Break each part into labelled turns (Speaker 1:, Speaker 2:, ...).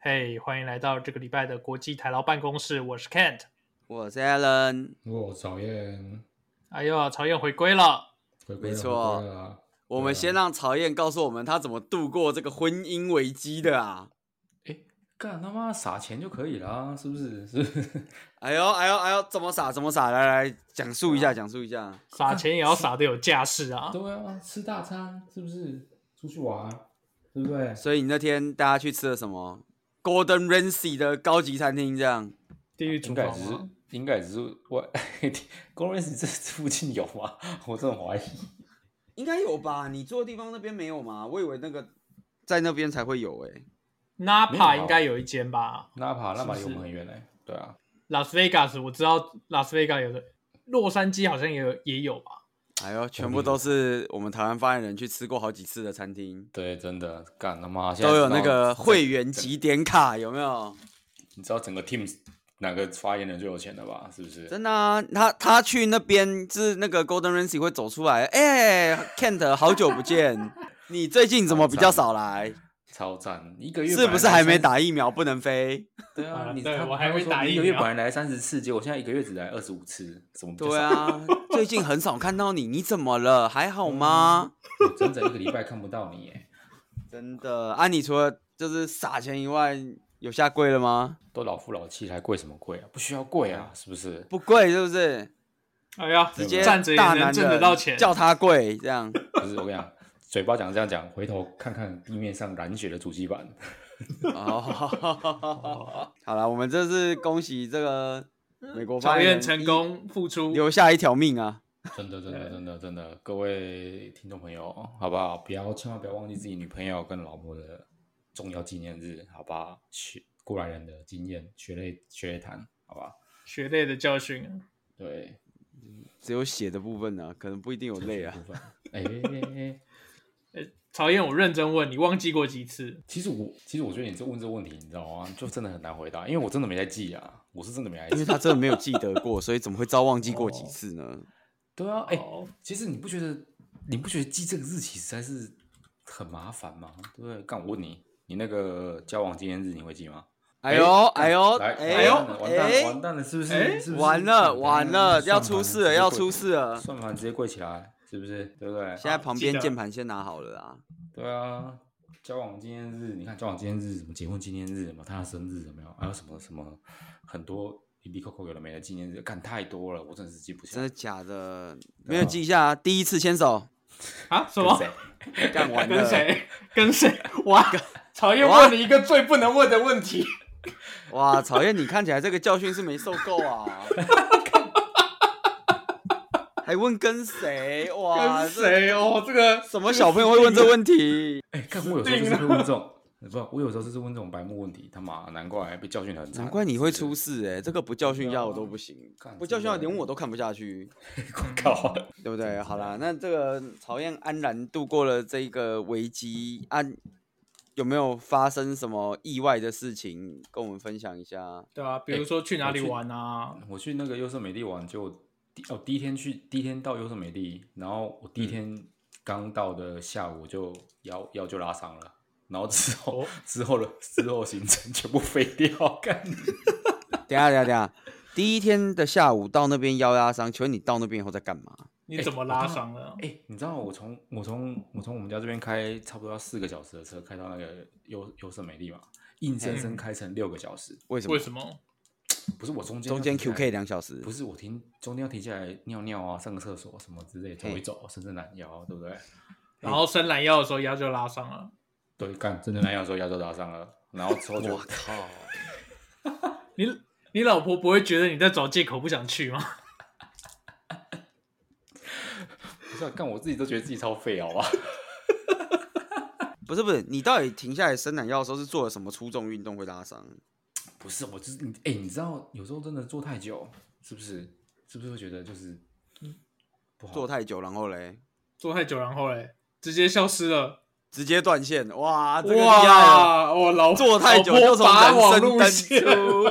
Speaker 1: 嘿、欢迎来到这个礼拜的国际台劳办公室，我是 Kent。
Speaker 2: 我是 Alan，
Speaker 3: 我讨厌，
Speaker 1: 哎呦，曹燕回归了，
Speaker 3: 回
Speaker 2: 没
Speaker 3: 归了，
Speaker 2: 错
Speaker 3: 回归了啊。
Speaker 2: 我们先让曹燕告诉我们他怎么度过这个婚姻危机的啊！
Speaker 3: 干他妈撒钱就可以啦，是不是？ 是不是？
Speaker 2: 哎呦哎呦哎呦，怎么傻怎么傻，来来讲述一下，讲述一下。
Speaker 1: 撒钱也要撒的有架势啊！
Speaker 3: 对啊，吃大餐是不是？出去玩，对不对？
Speaker 2: 所以你那天大家去吃了什么？Golden Ramsy 的高级餐厅，这样
Speaker 1: 地狱
Speaker 3: 应
Speaker 1: 厨
Speaker 3: 该
Speaker 1: 房
Speaker 3: 只是
Speaker 1: 吗？，
Speaker 3: 应该只是我 公认是这附近有吗？ 我真的怀疑。
Speaker 2: 应该有吧？你住的地方那边没有吗？我以为那个在那边才会有诶、
Speaker 1: 纳
Speaker 3: 没有啊
Speaker 1: 帕应该有一间吧？
Speaker 3: 纳帕纳帕离
Speaker 1: 是
Speaker 3: 我
Speaker 1: 不是
Speaker 3: 们很远嘞、对啊，
Speaker 1: 拉斯维加斯我知道，拉斯维加有的，洛杉矶好像也有也有吧？
Speaker 2: 哎呦，全部都是我们台湾发言人去吃过好几次的餐厅，
Speaker 3: 对，啊真的干他妈现在
Speaker 2: 都有
Speaker 3: 知道
Speaker 2: 那个
Speaker 3: 整
Speaker 2: 会员集点卡，有没有？
Speaker 3: 你知道整个 Teams 哪个发言人最有钱的吧？是不是？
Speaker 2: 真的、啊，他他去那边是那个 Golden Ramsy 会走出来，哎、k e n t 好久不 见，你最近怎么比较少来？
Speaker 3: 超赞！一个月
Speaker 2: 是不是还没？打疫苗不能飞？
Speaker 3: 对
Speaker 1: 好了
Speaker 3: 啊，你
Speaker 1: 对
Speaker 3: 他
Speaker 1: 我
Speaker 3: 他
Speaker 1: 还
Speaker 3: 会
Speaker 1: 没
Speaker 3: 说
Speaker 1: 打
Speaker 3: 你
Speaker 1: 疫
Speaker 3: 一个月
Speaker 1: 苗
Speaker 3: 本来来三十次结果现在一个月只来二十五次，怎么比较
Speaker 2: 对
Speaker 3: 少？
Speaker 2: 啊，最近很少看到你，你怎么了？还好吗？
Speaker 1: 嗯
Speaker 3: 我整整一个礼拜看不到你耶，
Speaker 2: 真的，啊，你除了就是撒钱以外，有下跪了吗？
Speaker 3: 都老夫老妻还跪什么跪啊？不需要跪啊，是不是？
Speaker 2: 不跪是不是？
Speaker 1: 哎呀，
Speaker 2: 直接
Speaker 1: 站着也
Speaker 2: 大男
Speaker 1: 能
Speaker 2: 人
Speaker 1: 挣得到钱，
Speaker 2: 叫他跪 这样。
Speaker 3: 不是我跟你讲，嘴巴讲这样讲，回头看看地面上染血的主机板，
Speaker 2: 哦， 好了，我们这次恭喜这个美国
Speaker 1: 曹
Speaker 2: 发言
Speaker 1: 燕
Speaker 2: 人
Speaker 1: 成功付出
Speaker 2: 一，留下一条命啊！
Speaker 3: 真的真的真的真的，各位听众朋友，好不好？不要千万不要忘记自己女朋友跟老婆的重要纪念日，好吧？学过来人的经验，血泪血泪谈，好吧？
Speaker 1: 血泪的教训啊。
Speaker 3: 对，
Speaker 2: 只有血的部分呢、可能不一定有泪啊。
Speaker 3: 部分。哎、哎哎
Speaker 1: 曹燕，我认真问你，忘记过几次？
Speaker 3: 其实我其实我觉得你这问这个问题，你知道吗？就真的很难回答，因为我真的没在记啊，我是真的没在
Speaker 2: 因为
Speaker 3: 记。
Speaker 2: 他真的没有记得过，所以怎么会知道忘记过几次呢？
Speaker 3: 对啊，哎、
Speaker 1: 哦
Speaker 3: 其实你不觉得你不觉得记这个日期实在是很麻烦吗？对不对？干，我问你，你那个交往纪念日你会记吗？
Speaker 2: 哎呦，
Speaker 3: 干
Speaker 2: 哎呦，
Speaker 3: 来
Speaker 2: 哎
Speaker 3: 来
Speaker 2: 呦，
Speaker 3: 完蛋了，
Speaker 2: 哎
Speaker 3: 完，蛋了，是不是？
Speaker 1: 哎
Speaker 3: 是不是
Speaker 2: 完了，
Speaker 3: 干
Speaker 2: 完了，要
Speaker 3: 算
Speaker 2: 出
Speaker 3: 盘
Speaker 2: 事了，
Speaker 3: 直接
Speaker 2: 要
Speaker 3: 跪
Speaker 2: 出事了。
Speaker 3: 算盘直接跪起来，是不是？对不对？
Speaker 2: 现在旁
Speaker 1: 记
Speaker 2: 边
Speaker 1: 得
Speaker 2: 键盘先拿好了啦。
Speaker 3: 对啊，交往纪念日，你看交往纪念日，什么结婚纪念日，什么他的生日，有没有？还有什么什么很多一粒扣扣有的没的纪念日，干太多了，我真的是记不起
Speaker 2: 真
Speaker 3: 来
Speaker 2: 的。假的？没有记一下啊，第一次牵手，
Speaker 1: 啊？什
Speaker 3: 跟
Speaker 1: 么？
Speaker 3: 谁？
Speaker 2: 干完
Speaker 1: 跟
Speaker 2: 了，
Speaker 1: 谁？跟谁？哇！曹燕
Speaker 2: 哇
Speaker 1: 问了一个最不能问的问题。
Speaker 2: 哇，讨厌！你看起来这个教训是没受够啊。还问跟谁？哇，
Speaker 1: 跟谁哦？这个
Speaker 2: 这什么小朋友会问这问题？
Speaker 3: 哎、看我有时候就是会问这种，不，我有时候就是问这种白目问题，他妈难怪被教训得很惨。
Speaker 2: 难怪你会
Speaker 3: 是不
Speaker 2: 出事哎、这个不教训一下我都不行
Speaker 3: 干，
Speaker 2: 不教训一下
Speaker 3: 啊真的欸
Speaker 2: 连 我都看不下去，
Speaker 3: 是，我靠！
Speaker 2: 对不对？好
Speaker 3: 欸
Speaker 2: 啦，那这个曹燕安然度过了这一个危机，啊，有没有发生什么意外的事情跟我们分享一下？
Speaker 1: 对啊，
Speaker 2: 哎
Speaker 1: 比如说去哪里
Speaker 3: 我去
Speaker 1: 玩啊？
Speaker 3: 我去那个优胜美地玩就第哦第一天去，第一天到优胜美地，然后我第一
Speaker 2: 嗯
Speaker 3: 天刚到的下午就腰腰就拉伤了，然后之后、
Speaker 1: 哦
Speaker 3: 之后的之后行程全部废掉， 干
Speaker 2: 等一下，等一下，等一下，第一天的下午到那边腰拉伤，请问你到那边以后在干嘛？
Speaker 1: 你怎么拉伤了？
Speaker 3: 哎、你知道我从我从我从我们家这边开差不多要四个小时的车，开到那个优优胜美地嘛，硬生
Speaker 2: 嗯
Speaker 3: 生开成六个小时，
Speaker 2: 为什么
Speaker 1: 为？什么？
Speaker 3: 不是我中间
Speaker 2: 中间
Speaker 3: 要停下
Speaker 2: QK
Speaker 3: 来
Speaker 2: 两小时
Speaker 3: 不，是我停中间要停下来尿尿啊，上个厕所什么之类，走一走，伸伸懒腰，啊对不对？
Speaker 2: 哎
Speaker 1: 然后伸懒腰的时候腰就拉伤了。
Speaker 3: 对，干真的男友说腰都打伤了，然后之后就
Speaker 2: 我靠！
Speaker 1: 你你老婆不会觉得你在找借口不想去吗？
Speaker 3: 不是啊干、我自己都觉得自己超废，好吧？
Speaker 2: 不是不是，你到底停下来伸懒腰的时候是做了什么粗重运动会拉伤？
Speaker 3: 不是，我就是你，哎、你知道有时候真的坐太久，是不是？是不是会觉得就是不好？
Speaker 2: 坐太久，然后嘞，
Speaker 1: 坐太久，然后嘞，直接消失了。
Speaker 2: 直接断线，哇，啊这个厉害了！
Speaker 1: 哇，我老
Speaker 2: 坐太久
Speaker 1: 老
Speaker 2: 就
Speaker 1: 婆
Speaker 2: 从
Speaker 1: 拔网
Speaker 2: 人
Speaker 1: 路
Speaker 2: 生
Speaker 1: 线
Speaker 2: 登出。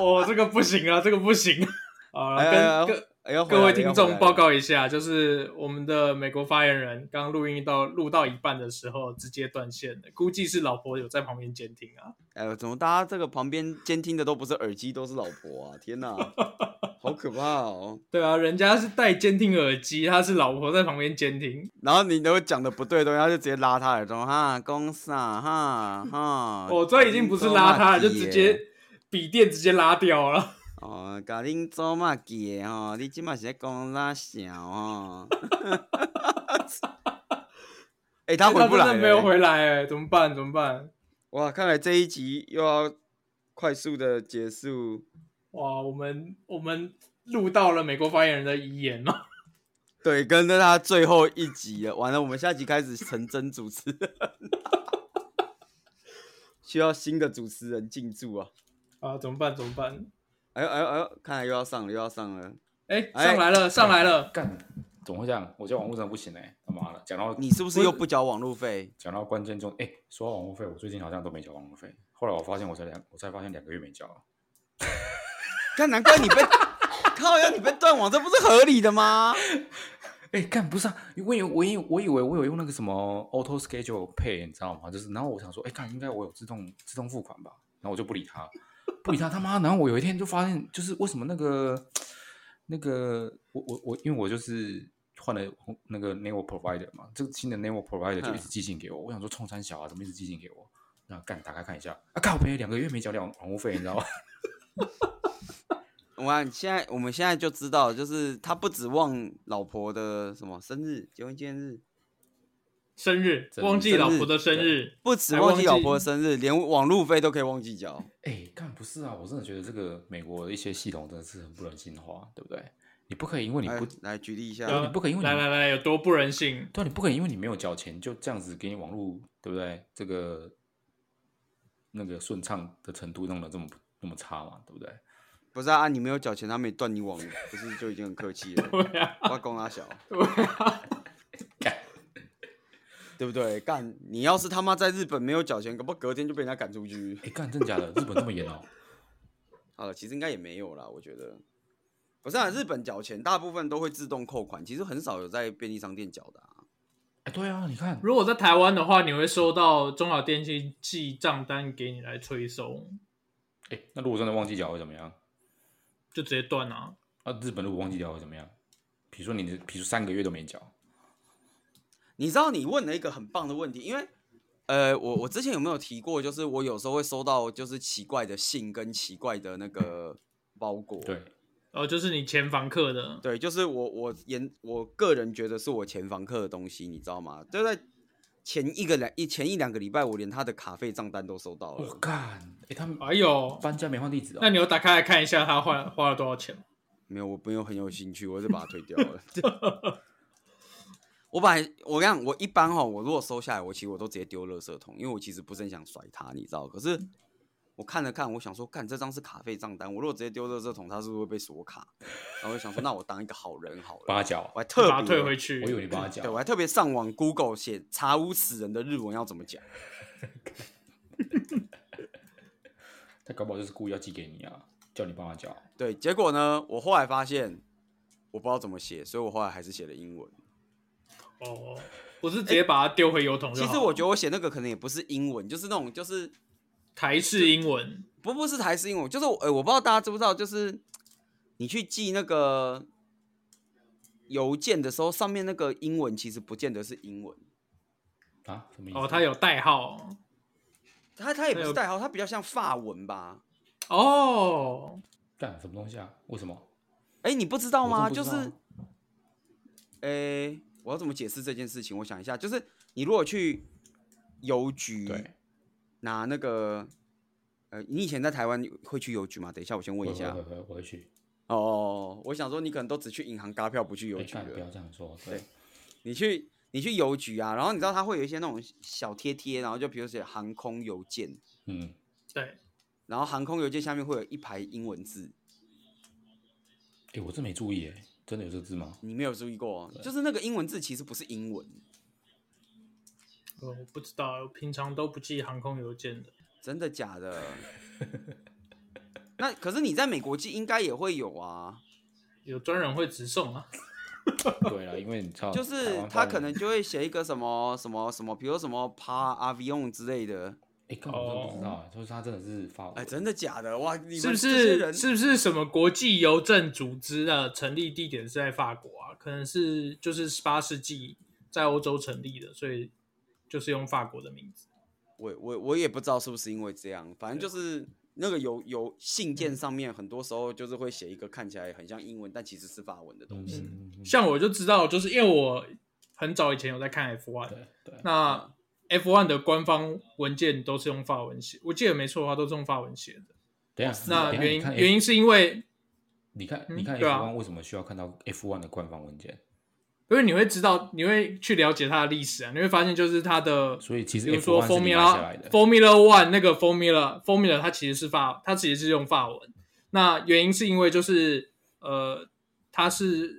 Speaker 1: 哦，这个不行啊，这个不行啊！
Speaker 2: 哎
Speaker 1: 跟跟
Speaker 2: 哎呦，
Speaker 1: 各位听众报
Speaker 2: 一
Speaker 1: 告一下，就是我们的美国发言人刚录音到录到一半的时候直接断线了，估计是老婆有在旁边监听啊。
Speaker 2: 哎呦，怎么大家这个旁边监听的都不是耳机，都是老婆啊！天哪，好可怕哦！
Speaker 1: 对啊，人家是戴监听耳机，他是老婆在旁边监听。
Speaker 2: 然后你都讲的不对的东西，他就直接拉他耳朵哈，公傻哈哈。
Speaker 1: 我、哦这已经不是拉啊他了，就直接笔电直接拉掉 了。
Speaker 2: 哦，甲恁做嘛记的吼，你即马是在讲哦哪小 吼？ 哎、他回不来、
Speaker 1: 真的没有。回来、欸，怎么办？怎么办？
Speaker 2: 哇，看来这一集又要快速的结束。
Speaker 1: 哇，我们我们录到了美国发言人的遗言了。
Speaker 2: 对，跟着他最后一集了，完了，我们下集开始成真主持人，需要新的主持人进驻啊！
Speaker 1: 啊，怎么办？怎么办？
Speaker 2: 哎呦哎呦哎呦，看来又要上了，又要上了。
Speaker 1: 哎、
Speaker 2: 哎
Speaker 1: 上来了，上来了。
Speaker 3: 干，怎么会这样？我觉得网络真的不行哎、他妈的，讲到
Speaker 2: 你是不是又不缴网路费？
Speaker 3: 讲到关键中，哎、说到网络费，我最近好像都没交网络费。后来我发现，我才两，我才发现两个月没交了。
Speaker 2: 看，难怪你被靠呀，你被断网，这不是合理的吗？
Speaker 3: 哎、干不是啊，我以为我以我以为我有用那个什么 Auto Schedule Pay，你知道吗？就是，然后我想说，哎、干应该我有自动自动付款吧，然后我就不理他，不理他他妈。然后我有一天就发现，就是为什么那个那个我我我，因为我就是换了那个 Network Provider 嘛，这个新的 Network Provider 就一直寄信给我，我想说冲山小啊，怎么一直寄信给我？那干打开看一下，啊靠北，两个月没交两网路费，你知道吗？
Speaker 2: 我看现在，我们现在就知道，就是他不止忘老婆的什么生日、结婚纪念日，
Speaker 1: 生日，
Speaker 3: 真的
Speaker 1: 忘记老婆的生日。
Speaker 2: 不止
Speaker 1: 还
Speaker 2: 哎忘
Speaker 1: 忘
Speaker 2: 记
Speaker 1: 记
Speaker 2: 老婆的生日，连网路费都可以忘记缴。
Speaker 3: 哎，干不是啊！我真的觉得这个美国的一些系统真的是很不人性化，对不对？你不可以因为你
Speaker 2: 来
Speaker 3: 不，
Speaker 2: 来举例一下，
Speaker 1: 呃
Speaker 3: 你不可以因为你
Speaker 1: 来来来，有多不人性？？
Speaker 3: 对啊，你不可以因为你没有交钱就这样子给你网络，对不对？这个那个顺畅的程度弄得这么那么差嘛，对不对？
Speaker 2: 不是啊，啊你没有缴钱，他没断你网，不是就已经很客气了
Speaker 1: 对啊，
Speaker 2: 我公他小，
Speaker 1: 对啊，
Speaker 2: 对不对？干，你要是他妈在日本没有缴钱，搞不好隔天就被人家赶出去。
Speaker 3: 哎，干真假的？日本这么严哦？
Speaker 2: 好了，其实应该也没有啦，我觉得。不是啊，日本缴钱大部分都会自动扣款，其实很少有在便利商店缴的、啊。
Speaker 3: 哎，对啊，你看，
Speaker 1: 如果在台湾的话，你会收到中小电信寄账单给你来催收，
Speaker 3: 哎，那如果真的忘记缴会怎么样？
Speaker 1: 就直接断啊。
Speaker 3: 啊，日本如果忘记缴会怎么样？比如说你，比如说三个月都没缴，
Speaker 2: 你知道你问了一个很棒的问题，因为呃，我我之前有没有提过，就是我有时候会收到就是奇怪的信跟奇怪的那个包裹，
Speaker 3: 对，
Speaker 1: 哦，就是你前房客的，
Speaker 2: 对，就是我我研我个人觉得是我前房客的东西，你知道吗？就在前一个两一前一两个礼拜，我连他的卡费账单都收到
Speaker 3: 我、
Speaker 2: 了，
Speaker 1: 哦
Speaker 3: 干，哎，他们
Speaker 1: 哎呦，
Speaker 3: 搬家没换地址哦
Speaker 1: 那。你有打开来看一下他花花了多少钱吗？
Speaker 2: 没有，我没有很有兴趣，我就把它推掉了。 我本来我跟你讲，我一般哈，我如果收下来，我其实我都直接丢垃圾桶，因为我其实不是很想甩它，你知道。可是我看了看，我想说，干这张是卡费账单，我如果直接丢垃圾桶，它是不是会被锁卡？然后我就想说，那我当一个好人好了，
Speaker 3: 八角
Speaker 2: 我，还
Speaker 1: 就
Speaker 2: 特
Speaker 1: 把它
Speaker 2: 别
Speaker 1: 退回去。
Speaker 3: 我以为你帮他
Speaker 2: 对，
Speaker 3: 讲
Speaker 2: 我。还特别上网 Google 写“查无此人”的日文要怎么讲。
Speaker 3: 他搞不好就是故意要寄给你啊，叫你帮他交。
Speaker 2: 对，结果呢，我后来发现我不知道怎么写，所以我后来还是写了英文。
Speaker 1: 哦，不是直接把它丢回油桶就
Speaker 2: 其
Speaker 1: 好。
Speaker 2: 实我觉得我写那个可能也不是英文，就是那种就是
Speaker 1: 台式英文
Speaker 2: 不不是台式英文，就是我呃我不知道大家知不知道，就是你去寄那个邮件的时候，上面那个英文其实不见得是英文，
Speaker 3: 啊？什么意思？
Speaker 1: 哦，它有代号
Speaker 2: 它它也不
Speaker 1: 它
Speaker 2: 是
Speaker 1: 有
Speaker 2: 代号，它比较像法文吧。
Speaker 1: 哦，
Speaker 3: 干什么东西啊？为什么？
Speaker 2: 哎、你不知道
Speaker 3: 我
Speaker 2: 吗？
Speaker 3: 真
Speaker 2: 就
Speaker 3: 不知道
Speaker 2: 是，诶、我要怎么解释这件事情？我想一下，就是你如果去邮局
Speaker 3: 对，
Speaker 2: 拿那个，呃，你以前在台湾会去邮局吗？等一下，我先问一下
Speaker 3: 我。我我会去。
Speaker 2: 哦哦，哦我想说你可能都只去银行嘎票，不去邮
Speaker 3: 哎
Speaker 2: 局
Speaker 3: 干不
Speaker 2: 了。
Speaker 3: 要这样说。
Speaker 2: 对，你去你去邮局啊，然后你知道它会有一些那种小贴贴，然后就比如写呃航空邮件，
Speaker 3: 嗯，
Speaker 1: 对，
Speaker 2: 然后航空邮件下面会有一排英文字，
Speaker 3: 哎，我真没注意，哎，真的有这字吗？
Speaker 2: 你没有注意过哦，就是那个英文字其实不是英文。
Speaker 1: 哦我不知道，我平常都不寄航空邮件的。
Speaker 2: 真的假 的？那可是你在美国寄应该也会有啊，
Speaker 1: 有专人会直送啊。
Speaker 3: 对了，因为你知道，
Speaker 2: 就是他可能就会写一个什么什么什么，比如说什么趴 avion 之类的。
Speaker 3: 哎，根本就不知道，就是他真的是发文
Speaker 2: 哎，真的假的？哇，你们
Speaker 1: 是不
Speaker 2: 这些
Speaker 1: 是
Speaker 2: 人
Speaker 1: 是不是什么国际邮政组织的成立地点是在法国啊？可能是就是十八世纪在欧洲成立的，所以就是用法国的名字。
Speaker 2: 我我我也不知道是不是因为这样，反正就是那个邮邮信
Speaker 3: 嗯
Speaker 2: 件上面，很多时候就是会写一个看起来很像英文，但其实是法文的东西。
Speaker 3: 嗯，嗯
Speaker 1: 像我就知道，就是因为我很早以前有在看 F1，
Speaker 3: 对对，
Speaker 1: 那 F1 的官方文件都是用法文写，我记得没错的话都是用法文写的。
Speaker 3: 嗯等一下
Speaker 1: 那原因原
Speaker 3: 因
Speaker 1: 因是因为
Speaker 3: 你看
Speaker 1: 嗯
Speaker 3: 你看 F
Speaker 1: 对啊
Speaker 3: one 为什么需要看到 F one 的官方文件？
Speaker 1: 因为你会知道，你会去了解它的历史啊，你会发现就是它的，
Speaker 3: 所以其实
Speaker 1: 比如说
Speaker 3: F1 是你买下来
Speaker 1: Formula
Speaker 3: 的
Speaker 1: Formula One 那个 Formula Formula 它其实是法，它其实是用法文。那原因是因为就是呃，它是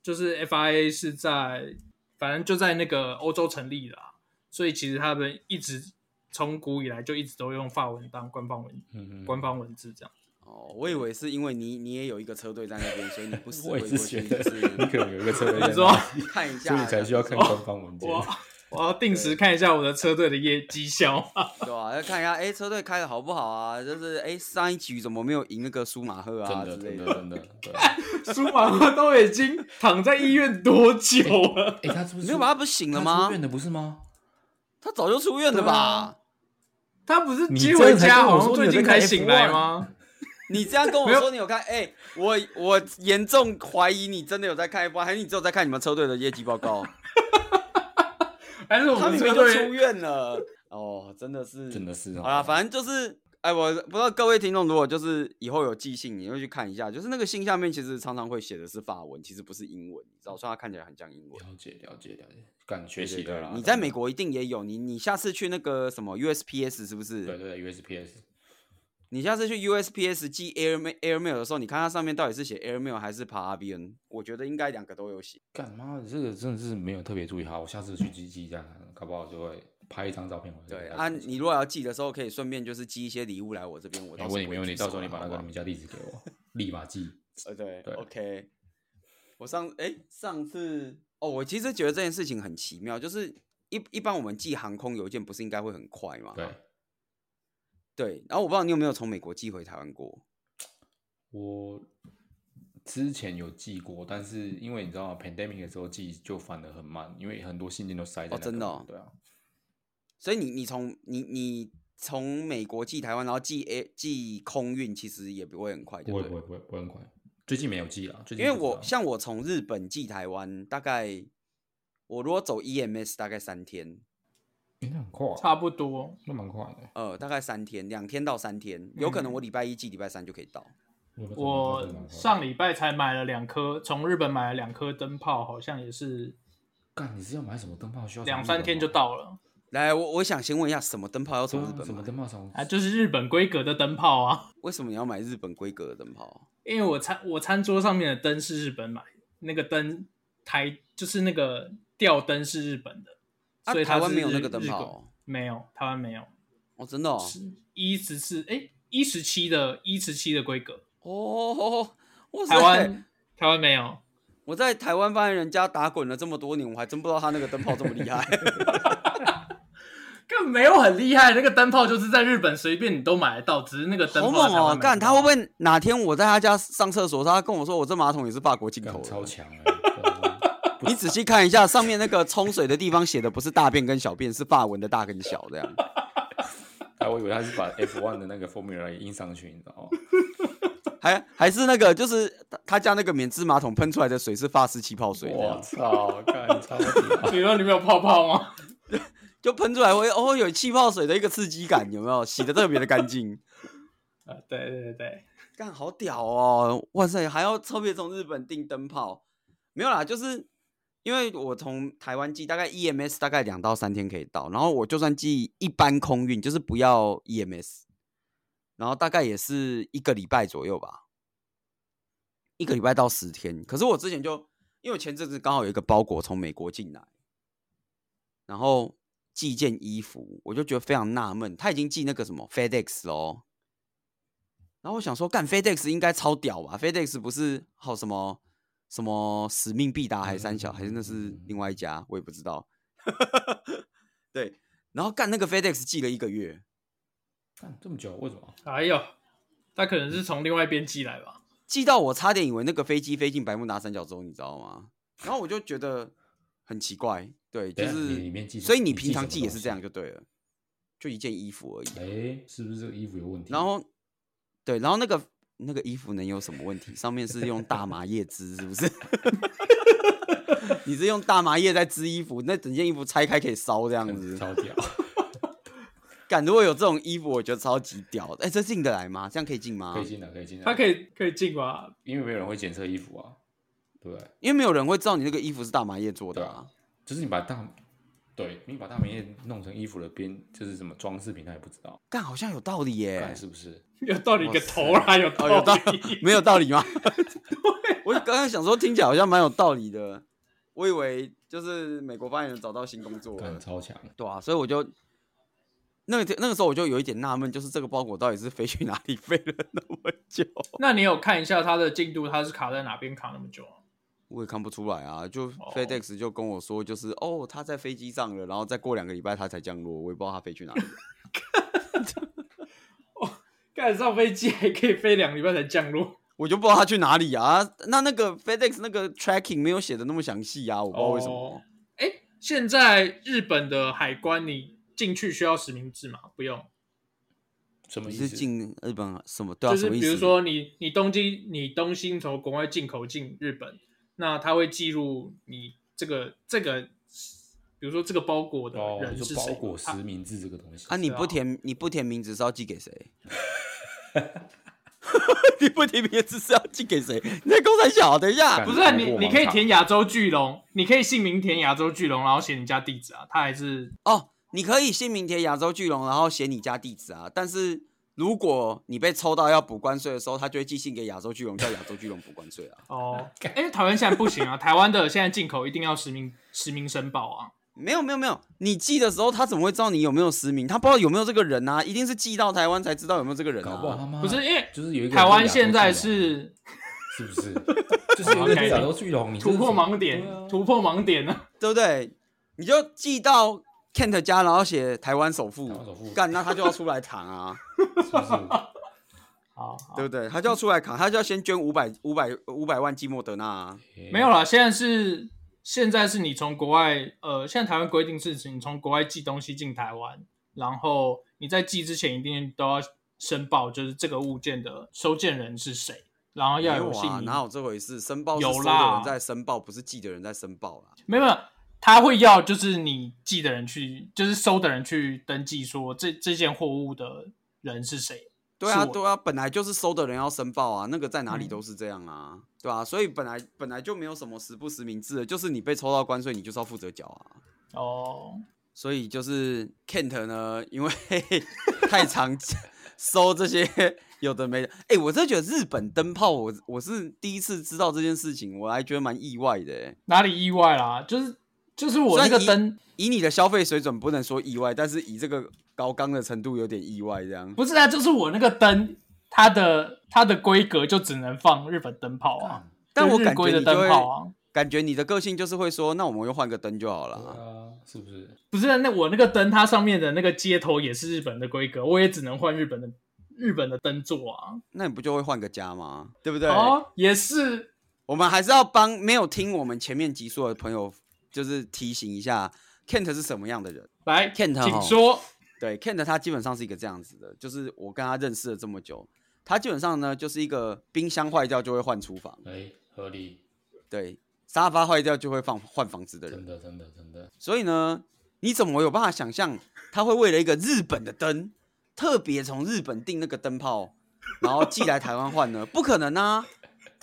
Speaker 1: 就是 FIA 是在反正就在那个欧洲成立的、啊，所以其实他们一直从古以来就一直都用法文当官方文
Speaker 3: 嗯嗯，
Speaker 1: 官方文字这样。
Speaker 2: 哦，我以为是因为你你也有一个车队在那边，所以你不死
Speaker 3: 我
Speaker 2: 会
Speaker 3: 也
Speaker 2: 过
Speaker 3: 是
Speaker 2: 去
Speaker 3: 觉
Speaker 2: 是
Speaker 3: 得你可能有一个车队在那里，
Speaker 1: 你说
Speaker 2: 看一
Speaker 3: 所
Speaker 2: 下，
Speaker 3: 以你才需要看官方文件。
Speaker 1: 我我要定时看一下我的车队的业绩效。
Speaker 2: 对啊，要看一下，哎、车队开的好不好啊？就是哎、上一局怎么没有赢那个舒马赫啊
Speaker 3: 真
Speaker 2: 之
Speaker 3: 的
Speaker 2: 类
Speaker 3: 真
Speaker 2: 的？
Speaker 3: 的真的， 对。
Speaker 1: 舒马赫都已经躺在医院多久了？
Speaker 3: 哎，他是不是
Speaker 2: 没有吧？他不是醒
Speaker 3: 出
Speaker 2: 了吗
Speaker 3: 他出？院的啊不是吗？
Speaker 2: 他早就出院了吧？
Speaker 1: 他不是
Speaker 3: 你
Speaker 1: 接回家，
Speaker 3: 真的才跟我
Speaker 1: 好
Speaker 3: 说
Speaker 1: 像最近才醒来吗？
Speaker 2: 你这样 跟我
Speaker 1: 没有
Speaker 2: 说你有看？哎、我我严重怀疑你真的有在看 F1，还是你只有在看你们车队的业绩报 告？
Speaker 1: 还是我
Speaker 2: 他
Speaker 1: 们
Speaker 2: 明
Speaker 1: 车
Speaker 2: 明就出
Speaker 1: 队？
Speaker 2: 院了。哦，真的是，
Speaker 3: 真的是
Speaker 2: 好啦，
Speaker 3: 哦，
Speaker 2: 反正就是，哎，我不知道各位听众，如果就是以后有寄信，你会去看一下，就是那个信下面其实常常会写的是法文，其实不是英文，你知道，所以它看起来很像英文。
Speaker 3: 了解了解了解，干学
Speaker 2: 对
Speaker 3: 习
Speaker 2: 对
Speaker 3: 的啦。
Speaker 2: 你在
Speaker 3: 真的
Speaker 2: 美？国一定也有，你你下次去那个什么 USPS 是不是？
Speaker 3: 对对对，USPS
Speaker 2: 你下次去 USPS 寄 Airmail Airmail 的时候，你看它上面到底是写 Airmail 还是 p a r v n 我觉得应该两个都有写。
Speaker 3: 干妈的这个真的是没有特别注意好，我下次去记记一下，搞不好就会拍一张照片回来。
Speaker 2: 对
Speaker 3: 大家
Speaker 2: 啊，
Speaker 3: 分享
Speaker 2: 你如果要寄的时候，可以顺便就是寄一些礼物来我这边，我
Speaker 3: 没
Speaker 2: 到
Speaker 3: 哎问
Speaker 2: 时
Speaker 3: 题
Speaker 2: 候
Speaker 3: 没
Speaker 2: 会
Speaker 3: 问题，
Speaker 2: 去
Speaker 3: 到时
Speaker 2: 收
Speaker 3: 候你把
Speaker 2: 好
Speaker 3: 那
Speaker 2: 不
Speaker 3: 个
Speaker 2: 好
Speaker 3: 你们家地址给我， 立马寄。
Speaker 2: 呃，对
Speaker 3: 对
Speaker 2: o k 我上哎、上次哦，我其实觉得这件事情很奇妙，就是一一般我们寄航空邮件不是应该会很快吗？
Speaker 3: 对，
Speaker 2: 对然后我不知道你有没有从美国寄回台湾过？
Speaker 3: 我之前有寄过，但是因为你知道吗，pandemic 的时候寄就反而很慢，因为很多信件都塞在那
Speaker 2: 哦
Speaker 3: 边。
Speaker 2: 真的哦
Speaker 3: 对啊，
Speaker 2: 所以你你从你你从美国寄台湾，然后寄诶寄空运，其实也不会很快，对
Speaker 3: 不会
Speaker 2: 对
Speaker 3: 不？会不会不会很快，最近没有寄啦，最
Speaker 2: 因
Speaker 3: 近
Speaker 2: 为
Speaker 3: 不知
Speaker 2: 我
Speaker 3: 道
Speaker 2: 像我从日本寄台湾，大概我如果走 EMS 大概三天，
Speaker 3: 诶那很快啊，
Speaker 1: 差不多，
Speaker 3: 那蛮快的。
Speaker 2: 呃，大概三天，两天到三天，有可能
Speaker 3: 嗯
Speaker 2: 我礼拜一寄，礼拜三就可以到。
Speaker 1: 我上礼拜才买了两颗，从日本买了两颗灯泡，好像也是
Speaker 3: 干，你是要买什么灯泡？需要从
Speaker 1: 两
Speaker 3: 日
Speaker 1: 三
Speaker 3: 本
Speaker 1: 天
Speaker 3: 买
Speaker 1: 就到了
Speaker 2: 来，我我想先问一下，什么灯泡要
Speaker 3: 对
Speaker 2: 从
Speaker 3: 啊
Speaker 2: 日本
Speaker 3: 什么
Speaker 2: 买？
Speaker 3: 灯泡从
Speaker 1: 啊，就是日本规格的灯泡啊。
Speaker 2: 为什么你要买日本规格的灯泡？
Speaker 1: 因为我餐我餐桌上面的灯是日本买的，那个灯台就是那个吊灯是日本的，
Speaker 2: 啊
Speaker 1: 所以它
Speaker 2: 台湾
Speaker 1: 是
Speaker 2: 没有那
Speaker 1: 日
Speaker 2: 个灯
Speaker 1: 日
Speaker 2: 泡
Speaker 1: 本
Speaker 2: 哦
Speaker 1: 没有，台湾没有。
Speaker 2: 哦，真的哦，
Speaker 1: 一十四哎一十七的一十七的规格，
Speaker 2: 哦，哇塞
Speaker 1: 台湾台湾没有，
Speaker 2: 我在台湾发现人家打滚了这么多年，我还真不知道他那个灯泡这么厉 害。
Speaker 1: 更没有很厉害。那个灯泡就是在日本随便你都买得到，只是那个灯泡
Speaker 2: 好猛
Speaker 1: 在台湾
Speaker 2: 哦！
Speaker 1: 买不
Speaker 2: 干，
Speaker 1: 到
Speaker 2: 他会不会哪天我在他家上厕所，他跟我说我这马桶也是法国进口
Speaker 3: 干超
Speaker 2: 的？
Speaker 3: 强哎、对啊不
Speaker 2: 你仔细看一下上面那个冲水的地方写的不是大便跟小便，是法文的大跟小这样。
Speaker 3: 哎，我以为他是把 F1 的那个 formula 也印上去，你知 道吗？
Speaker 2: 还还是那个就是他他家那个免治马桶喷出来的水是法式气泡水这样
Speaker 3: 我，操，干超屌！
Speaker 1: 你说里面有泡泡吗？
Speaker 2: 就喷出来会哦有气泡水的一个刺激感，有没有？洗的特别的干净。
Speaker 1: 啊，对对对对，
Speaker 2: 干好屌哦！哇塞，还要特别从日本订灯泡？没有啦，就是因为我从台湾寄，大概 EMS 大概两到三天可以到，然后我就算寄一般空运，就是不要 E EMS，然后大概也是一个礼拜左右吧，一个礼拜到十天。可是我之前就因为我前阵子刚好有一个包裹从美国进来，然后寄一件衣服，我就觉得非常纳闷，他已经寄那个什么 FedEx 哦喽。然后我想说，干 FedEx 应该超屌吧？FedEx 不是好什么什么使命必达还是三小，还是那是另外一家，我也不知道。 对，然后干那个 FedEx 寄了一个月，
Speaker 3: 干这么久，为什么？
Speaker 1: 哎呦，他可能是从另外一边寄来吧？
Speaker 2: 寄到我差点以为那个飞机飞进百慕达三角洲，你知道吗？然后我就觉得很奇怪，对，就
Speaker 3: 等一下
Speaker 2: 是
Speaker 3: 啊你里面寄什
Speaker 2: 所以
Speaker 3: 么
Speaker 2: 你
Speaker 3: 你
Speaker 2: 平
Speaker 3: 寄
Speaker 2: 常
Speaker 3: 什么
Speaker 2: 寄也
Speaker 3: 东
Speaker 2: 是
Speaker 3: 西
Speaker 2: 这样就对了，就一件衣服而已。
Speaker 3: 哎、是不是这个衣服有问题？
Speaker 2: 然后，对，然后那个那个衣服能有什么问题？上面是用大麻叶织，是不 是？你是用大麻叶在织衣服，那整件衣服拆开可以烧这样
Speaker 3: 嗯
Speaker 2: 子。
Speaker 3: 超 屌，
Speaker 2: 感如果有这种衣服，我觉得超级屌的。哎、这进得来吗？这样可以进吗
Speaker 3: 可？以进来，可以进来。
Speaker 1: 他可以可以进吧？
Speaker 3: 因为没有人会检测衣服啊，对不对？
Speaker 2: 因为没有人会知道你那个衣服是大麻叶做的啊。
Speaker 3: 就是你把大，对你把大棉叶弄成衣服的边，就是什么装饰品，他也不知道，
Speaker 2: 干，好像有道理耶、
Speaker 3: 看是不是？
Speaker 1: 有道理
Speaker 2: 哇
Speaker 1: 个
Speaker 2: 塞
Speaker 1: 头啦，有
Speaker 2: 哦，有道
Speaker 1: 道理。 啊
Speaker 2: 没有道理吗？我刚刚想说，听起来好像蛮有道理的。我以为就是美国发言人找到新工作了
Speaker 3: 干，超强，
Speaker 2: 对啊，所以我就那个那个时候我就有一点纳闷，就是这个包裹到底是飞去哪里 飞了那么久？
Speaker 1: 那你有看一下他的进度，他是卡在哪边卡那么久啊？
Speaker 2: 我也看不出来啊，就
Speaker 1: 哦
Speaker 2: FedEx 就跟我说，就是哦，他在飞机上了，然后再过两个礼拜他才降落，我也不知道他飞 去哪里了。
Speaker 1: 干上飞机还可以飞两个礼拜才降落，
Speaker 2: 我就不知道他去哪里啊。那那个 FedEx 那个 tracking 没有写的那么详细啊，我不知道为什么。
Speaker 1: 哦哎，现在日本的海关你进去需要实名制吗？不用，
Speaker 3: 什么
Speaker 2: 你
Speaker 3: 意
Speaker 2: 是
Speaker 3: 思？
Speaker 2: 进日本啊什么？对啊，
Speaker 1: 就
Speaker 2: 什
Speaker 1: 是
Speaker 2: 么意
Speaker 1: 比
Speaker 2: 思？
Speaker 1: 如说你你东京你东京从国外进口进日本，那他会记录你这个这个，比如说这个包裹的
Speaker 3: 哦，
Speaker 1: 人
Speaker 3: 你
Speaker 1: 是
Speaker 3: 说
Speaker 1: 谁，啊
Speaker 3: 包裹实
Speaker 1: 他
Speaker 3: 名制这个东西
Speaker 2: 啊，你
Speaker 1: 是啊
Speaker 2: 不填你不填名字是要寄给 谁？你不填名字是要寄给谁？你在公山小，等一下
Speaker 3: 干
Speaker 1: 不是、啊、你
Speaker 3: 过，往
Speaker 1: 你可以
Speaker 3: 卡
Speaker 1: 填亚洲巨龙，你可以姓名填亚洲巨龙，然后写你家地址啊，他还是
Speaker 2: 哦，你可以姓名填亚洲巨龙，然后写你家地址啊。但是如果你被抽到要补关税的时候，他就会寄信给亚洲巨龙，叫亚洲巨龙补关税啊。
Speaker 1: 哦，哎，台湾现在不行啊，台湾的现在进口一定要实名实名申报啊，
Speaker 2: 没有没有没有，你寄的时候他怎么会知道你有没有实名？他不知道有没有这个人啊，一定是寄到台湾才知道有没有这个人
Speaker 3: 搞不好他
Speaker 2: 啊。
Speaker 3: 妈
Speaker 1: 不是因为
Speaker 3: 就是有一个
Speaker 1: 台湾
Speaker 3: 人
Speaker 1: 现在
Speaker 3: 亚洲巨龙
Speaker 1: 是
Speaker 3: 是 不是就是有一个
Speaker 1: OK
Speaker 3: 亚洲巨龙，你这
Speaker 1: 突破
Speaker 3: 是
Speaker 1: 盲点，
Speaker 3: 对啊
Speaker 1: 突破盲点呢、
Speaker 2: 对不对？你就寄到 Kent 家，然后写台湾首富
Speaker 3: 台湾首富，
Speaker 2: 干那他就要出来谈啊，
Speaker 3: 是 不是？
Speaker 1: 好，好
Speaker 2: 对不对？他就要出来扛，他就要先捐五百五百五百万寄莫德纳啊。
Speaker 1: 没有啦，现在是现在是你从国外，呃，现在台湾规定是你从国外寄东西进台湾，然后你在寄之前一定都要申报，就是这个物件的收件人是谁，然后要
Speaker 2: 没有
Speaker 1: 姓
Speaker 2: 啊，
Speaker 1: 名，
Speaker 2: 哪有这回事？申报是
Speaker 1: 有
Speaker 2: 收的
Speaker 1: 啦
Speaker 2: 人在申报，不是寄的人在申报啦。
Speaker 1: 没有没有，他会要就是你寄的人去，就是收的人去登记说这这件货物的人是谁。
Speaker 2: 对啊，
Speaker 1: 是我
Speaker 2: 对啊，本来就是收的人要申报啊，那个在哪里
Speaker 1: 嗯
Speaker 2: 都是这样啊，对啊，所以本来本来就没有什么实不实名制的，就是你被抽到关税，你就是要负责缴啊。
Speaker 1: 哦，
Speaker 2: 所以就是 Kent 呢，因为 太常收这些 有的没的，哎、我真的觉得日本灯泡我，我是第一次知道这件事情，我还觉得蛮意外的、欸。
Speaker 1: 哪里意外啦？就是就是我那个
Speaker 2: 虽然
Speaker 1: 灯。
Speaker 2: 以你的消费水准，不能说意外，但是以这个高纲的程度，有点意外这样。
Speaker 1: 不是啊，就是我那个灯，它的它的规格就只能放日本灯泡啊
Speaker 3: 干，
Speaker 2: 但
Speaker 1: 就
Speaker 2: 我
Speaker 1: 日
Speaker 2: 感
Speaker 1: 规的
Speaker 2: 觉你就
Speaker 1: 灯
Speaker 2: 会
Speaker 1: 泡啊，
Speaker 2: 感觉你的个性就是会说，那我们又换个灯就好
Speaker 3: 对
Speaker 2: 了。
Speaker 3: 啊，是不是？
Speaker 1: 不是啊、那我那个灯，它上面的那个接头也是日本的规格，我也只能换日本的日本的灯座啊。
Speaker 2: 那你不就会换个家吗？对不对？
Speaker 1: 哦，也是
Speaker 2: 我们还是要帮没有听我们前面集数的朋友，就是提醒一下，Kent 是什么样的人。
Speaker 1: 来，
Speaker 2: Kent
Speaker 1: 请
Speaker 2: 吼
Speaker 1: 说。
Speaker 2: 对，Kent 他基本上是一个这样子的，就是我跟他认识了这么久，他基本上呢就是一个冰箱坏掉就会换厨房，
Speaker 3: 哎，合理，
Speaker 2: 对，沙发坏掉就会放换房子的人
Speaker 3: 真。的，真的，真的，
Speaker 2: 所以呢，你怎么有办法想象他会为了一个日本的灯，特别从日本订那个灯泡，然后寄来台湾换呢？ 不可能啊！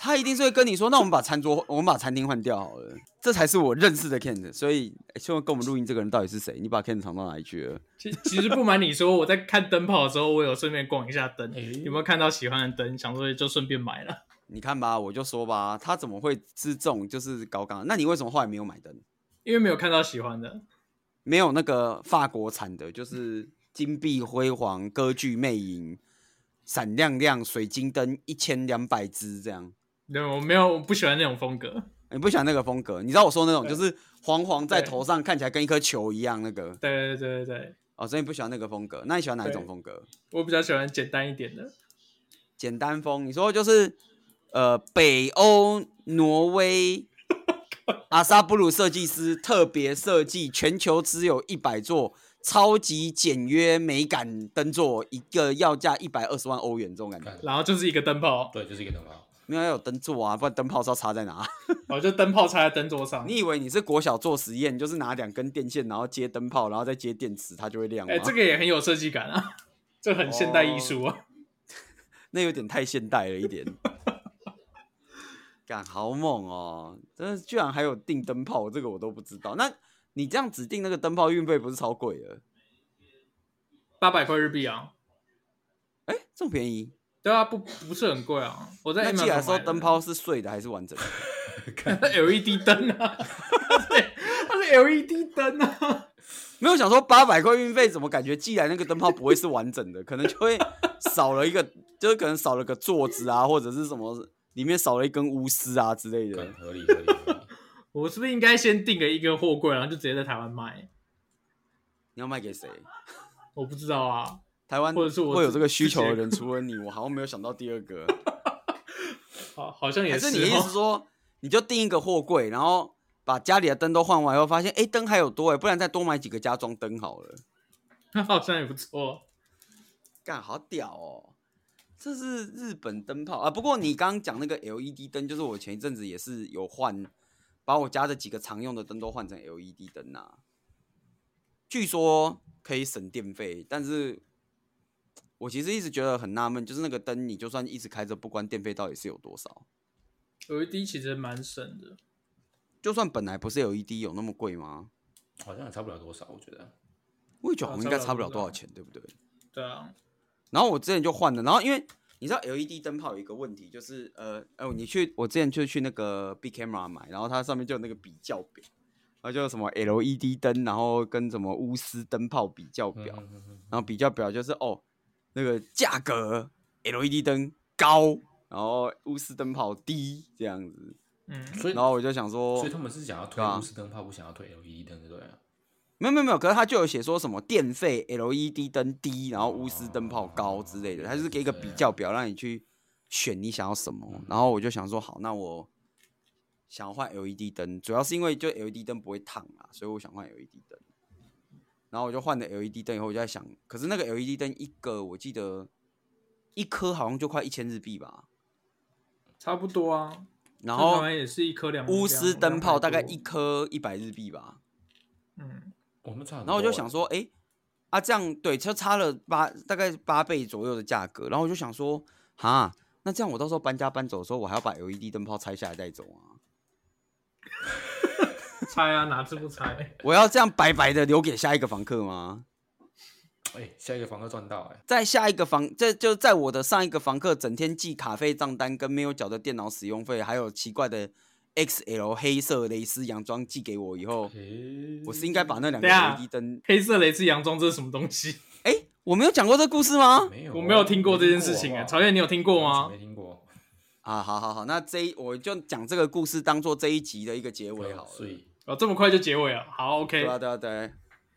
Speaker 2: 他一定是会跟你说，那我们把餐桌，我们把餐厅换掉好了，这才是我认识的 Ken。所以，哎希望跟我们录音这个人到底是谁？你把 Ken 藏到哪里去了？
Speaker 1: 其其实不瞒你说，我在看灯泡的时候，我有顺便逛一下灯，
Speaker 3: 哎
Speaker 1: 有没有看到喜欢的灯，想说就顺便买了。
Speaker 2: 你看吧，我就说吧，他怎么会是这种就是搞港？那你为什么后来没有买灯？
Speaker 1: 因为没有看到喜欢的，
Speaker 2: 没有那个法国产的，就是金碧辉煌、歌剧魅影、闪亮亮、水晶灯一千两百只这样。欸
Speaker 1: 对，我没有，我不喜欢那种风格。
Speaker 2: 你不喜欢那个风格？你知道我说那种
Speaker 1: 对
Speaker 2: 就是黄黄在
Speaker 1: 对
Speaker 2: 头上，看起来跟一颗球一样那个
Speaker 1: 对对对对对，
Speaker 2: 哦，所以你不喜欢那个风格。那你喜欢哪一种
Speaker 1: 对
Speaker 2: 风格？
Speaker 1: 我比较喜欢简单一点的。
Speaker 2: 简单风？你说就是呃，北欧、挪 威。阿萨布鲁设计师特别设计，全球只有一百座超级简约美感灯座，一个要价一百二十万欧元，这种感觉。
Speaker 3: 干
Speaker 1: 然后就是一个灯泡，
Speaker 3: 对，就是一个灯泡。
Speaker 2: 没有要有灯座啊，不然灯泡是要插在 哪？
Speaker 1: 哦，就灯泡插在灯桌上。
Speaker 2: 你以为你是国小做实验，就是拿两根电线，然后接灯泡，然后再接电池，它就会亮吗？
Speaker 1: 哎、这个也很有设计感啊，这很现代艺术啊。
Speaker 2: 那有点太现代了一点。 干，好猛哦！真的居然还有订灯泡，这个我都不知道。那你这样指定那个灯泡运费不是超贵了？
Speaker 1: 八百块日币啊，
Speaker 2: 哎，这么便宜？
Speaker 1: 对啊，不不是很贵啊。我在
Speaker 2: 那
Speaker 1: M
Speaker 2: 寄来的时候 灯泡是碎的还是完整的？
Speaker 1: LED 灯啊，对，它是 LED 灯啊。
Speaker 2: 没有想说八百块运费，怎么感觉寄来那个灯泡不会是完整的？可能就会少了一个，就是可能少了个座子啊，或者是什么里面少了一根钨丝啊之类的
Speaker 3: 干。合理合理合理。
Speaker 1: 我是不是应该先订个一个货柜，然后就直接在台湾卖？
Speaker 2: 你要卖给谁？
Speaker 1: 我不知道啊，
Speaker 2: 台湾
Speaker 1: 或者是我
Speaker 2: 会有这个需
Speaker 1: 自己
Speaker 2: 求的人，除了你，我好像没有想到第二个。
Speaker 1: 好，好像也
Speaker 2: 还
Speaker 1: 是
Speaker 2: 是你的意思
Speaker 1: 哦。
Speaker 2: 说，你就订一个货柜，然后把家里的灯都换完以后，发现哎灯还有多哎，不然再多买几个家装灯好了。
Speaker 1: 好像也不错。
Speaker 2: 干好屌哦！这是日本灯泡啊。不过你刚刚讲那个 LED 灯，就是我前一阵子也是有换，把我家的几个常用的灯都换成 LED 灯啊。据说可以省电费，但是我其实一直觉得很纳闷，就是那个灯你就算一直开着不关，电费到底是有多少？
Speaker 1: LED E 其实蛮省的，
Speaker 2: 就算本来不是 LED，有那么贵吗？
Speaker 3: 好像也差不了多少，我觉 得。
Speaker 2: 我也觉得
Speaker 1: 啊
Speaker 2: 好像应该
Speaker 1: 差
Speaker 2: 差
Speaker 1: 不
Speaker 2: 不
Speaker 1: 了
Speaker 2: 了
Speaker 1: 多
Speaker 2: 多少
Speaker 1: 少
Speaker 2: 钱，对不对？
Speaker 1: 对啊，
Speaker 2: 然后我之前就换了，然后因为你知道 LED 灯泡有一个问题，就是呃，哦，你去我之前就去那个 Big Camera 买，然后它上面就有那个比较表，然后就有什么 LED 灯，然后跟什么钨丝灯泡比较表，
Speaker 3: 嗯嗯嗯
Speaker 2: 然后比较表就是哦，那个价格 LED 灯高，然后钨丝灯泡低这样子，
Speaker 1: 嗯，
Speaker 3: 嗯所以
Speaker 2: 然后我就想说
Speaker 3: 所以，他们是想要推
Speaker 2: 对啊
Speaker 3: 钨丝灯泡，不想要推 LED 灯，对不对了？
Speaker 2: 没有没有没有，可是它就有写说什么电费 LED 灯低，然后钨丝灯泡高之
Speaker 1: 哦
Speaker 2: 类的，它就是给一个比较表，让你去选你想要什
Speaker 1: 嗯
Speaker 2: 么。然后我就想说，好，那我想要换 LED 灯，主要是因为就 LED 灯不会烫啊，所以我想换 LED 灯。然后我就换了 LED 灯以后，我就在想，可是那个 LED 灯一个，我记得一颗好像就快一千日币吧。
Speaker 1: 差不多啊。
Speaker 2: 然
Speaker 1: 在台
Speaker 2: 后
Speaker 1: 湾也是一颗两
Speaker 2: 钨丝灯泡大概一，
Speaker 1: 两
Speaker 2: 颗一百日币吧。
Speaker 1: 两百多嗯，
Speaker 3: 我们差很
Speaker 2: 然后我
Speaker 3: 多
Speaker 2: 就
Speaker 3: 欸
Speaker 2: 想，说，哎、啊，这样对，就差了八大概八倍左右的价格。然后我就想说，哈，那这样我到时候搬家搬走的时候，我还要把 LED 灯泡拆下来带走啊！
Speaker 1: 拆啊，哪次不拆？
Speaker 2: 我要这样白白的留给下一个房客吗？
Speaker 3: 哎、下一个房客赚到哎、
Speaker 2: 在下一个房，这就在我的上一个房客整天记卡费账单跟没有缴的电脑使用费，还有奇怪的 XL 黑色蕾丝洋装寄给我以后，
Speaker 3: 诶
Speaker 2: 我是应该把那两
Speaker 1: 等
Speaker 2: 个
Speaker 1: 一下
Speaker 2: LED 灯，
Speaker 1: 黑色蕾丝洋装这是什么东西？
Speaker 2: 哎、我没有讲过这故事吗？
Speaker 3: 没有啊，
Speaker 1: 我没有听过这件事情
Speaker 3: 没
Speaker 1: 哎、
Speaker 3: 听过好不好
Speaker 1: 曹燕你有听过
Speaker 3: 完全
Speaker 1: 吗？
Speaker 3: 没听过，
Speaker 2: 啊，好好好，那这一我就讲这个故事当做这一集的一个结尾好了。
Speaker 3: 所以
Speaker 1: 哦，这么快就结尾了，好，OK，
Speaker 2: 对啊，对啊，对。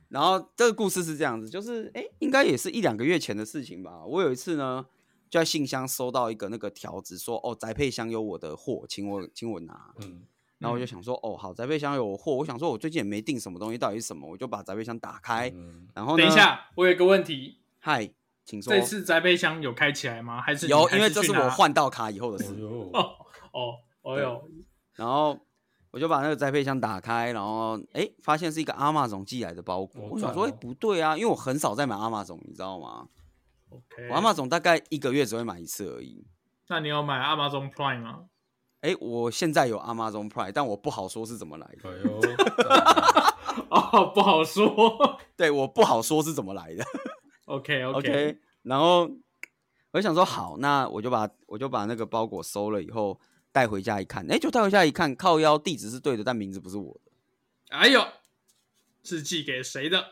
Speaker 2: 然后这个故事是这样子，就是哎，诶应该也是一两个月前的事情吧。我有一次呢，就在信箱收到一个那个条子说，哦，宅配箱有我的货，请我请我拿。
Speaker 3: 嗯，
Speaker 2: 然后我就想说，哦，好，宅配箱有我货，我想说我最近也没订什么东西，到底是什么？我就把宅配箱打开，
Speaker 3: 嗯
Speaker 2: 然后呢
Speaker 1: 等一，下，我有一个问题，
Speaker 2: 嗨，请说
Speaker 1: 这。次宅配箱有开起来吗？还是你
Speaker 2: 有，
Speaker 1: 还
Speaker 2: 因为这
Speaker 1: 去
Speaker 2: 是
Speaker 1: 拿
Speaker 2: 我换到卡以后的事。
Speaker 3: 哦
Speaker 1: 哦，哦哟，
Speaker 2: 然后我就把那个宅配箱打开，然后哎，发现是一个阿玛总寄来的包裹。
Speaker 3: 哦
Speaker 2: 我想
Speaker 3: 赞
Speaker 2: 说，哎，
Speaker 3: 哦
Speaker 2: 不对啊，因为我很少在买阿玛总，你知道吗？
Speaker 1: ，OK，
Speaker 2: 我阿玛总大概一个月只会买一次而已。
Speaker 1: 那你有买 Amazon Prime 吗？
Speaker 2: 哎，我现在有 Amazon Prime，但我不好说是怎么来的。
Speaker 3: 哎 呦，赞
Speaker 1: 哦，不好说
Speaker 2: 对，我不好说是怎么来的。
Speaker 1: ，OK
Speaker 2: OK，然后我就想说，好，那我就把我就把那个包裹收了以后带回家一看，哎，就带回家一看，靠腰地址是对的，但名字不是我的。
Speaker 1: 哎呦，是寄给谁的？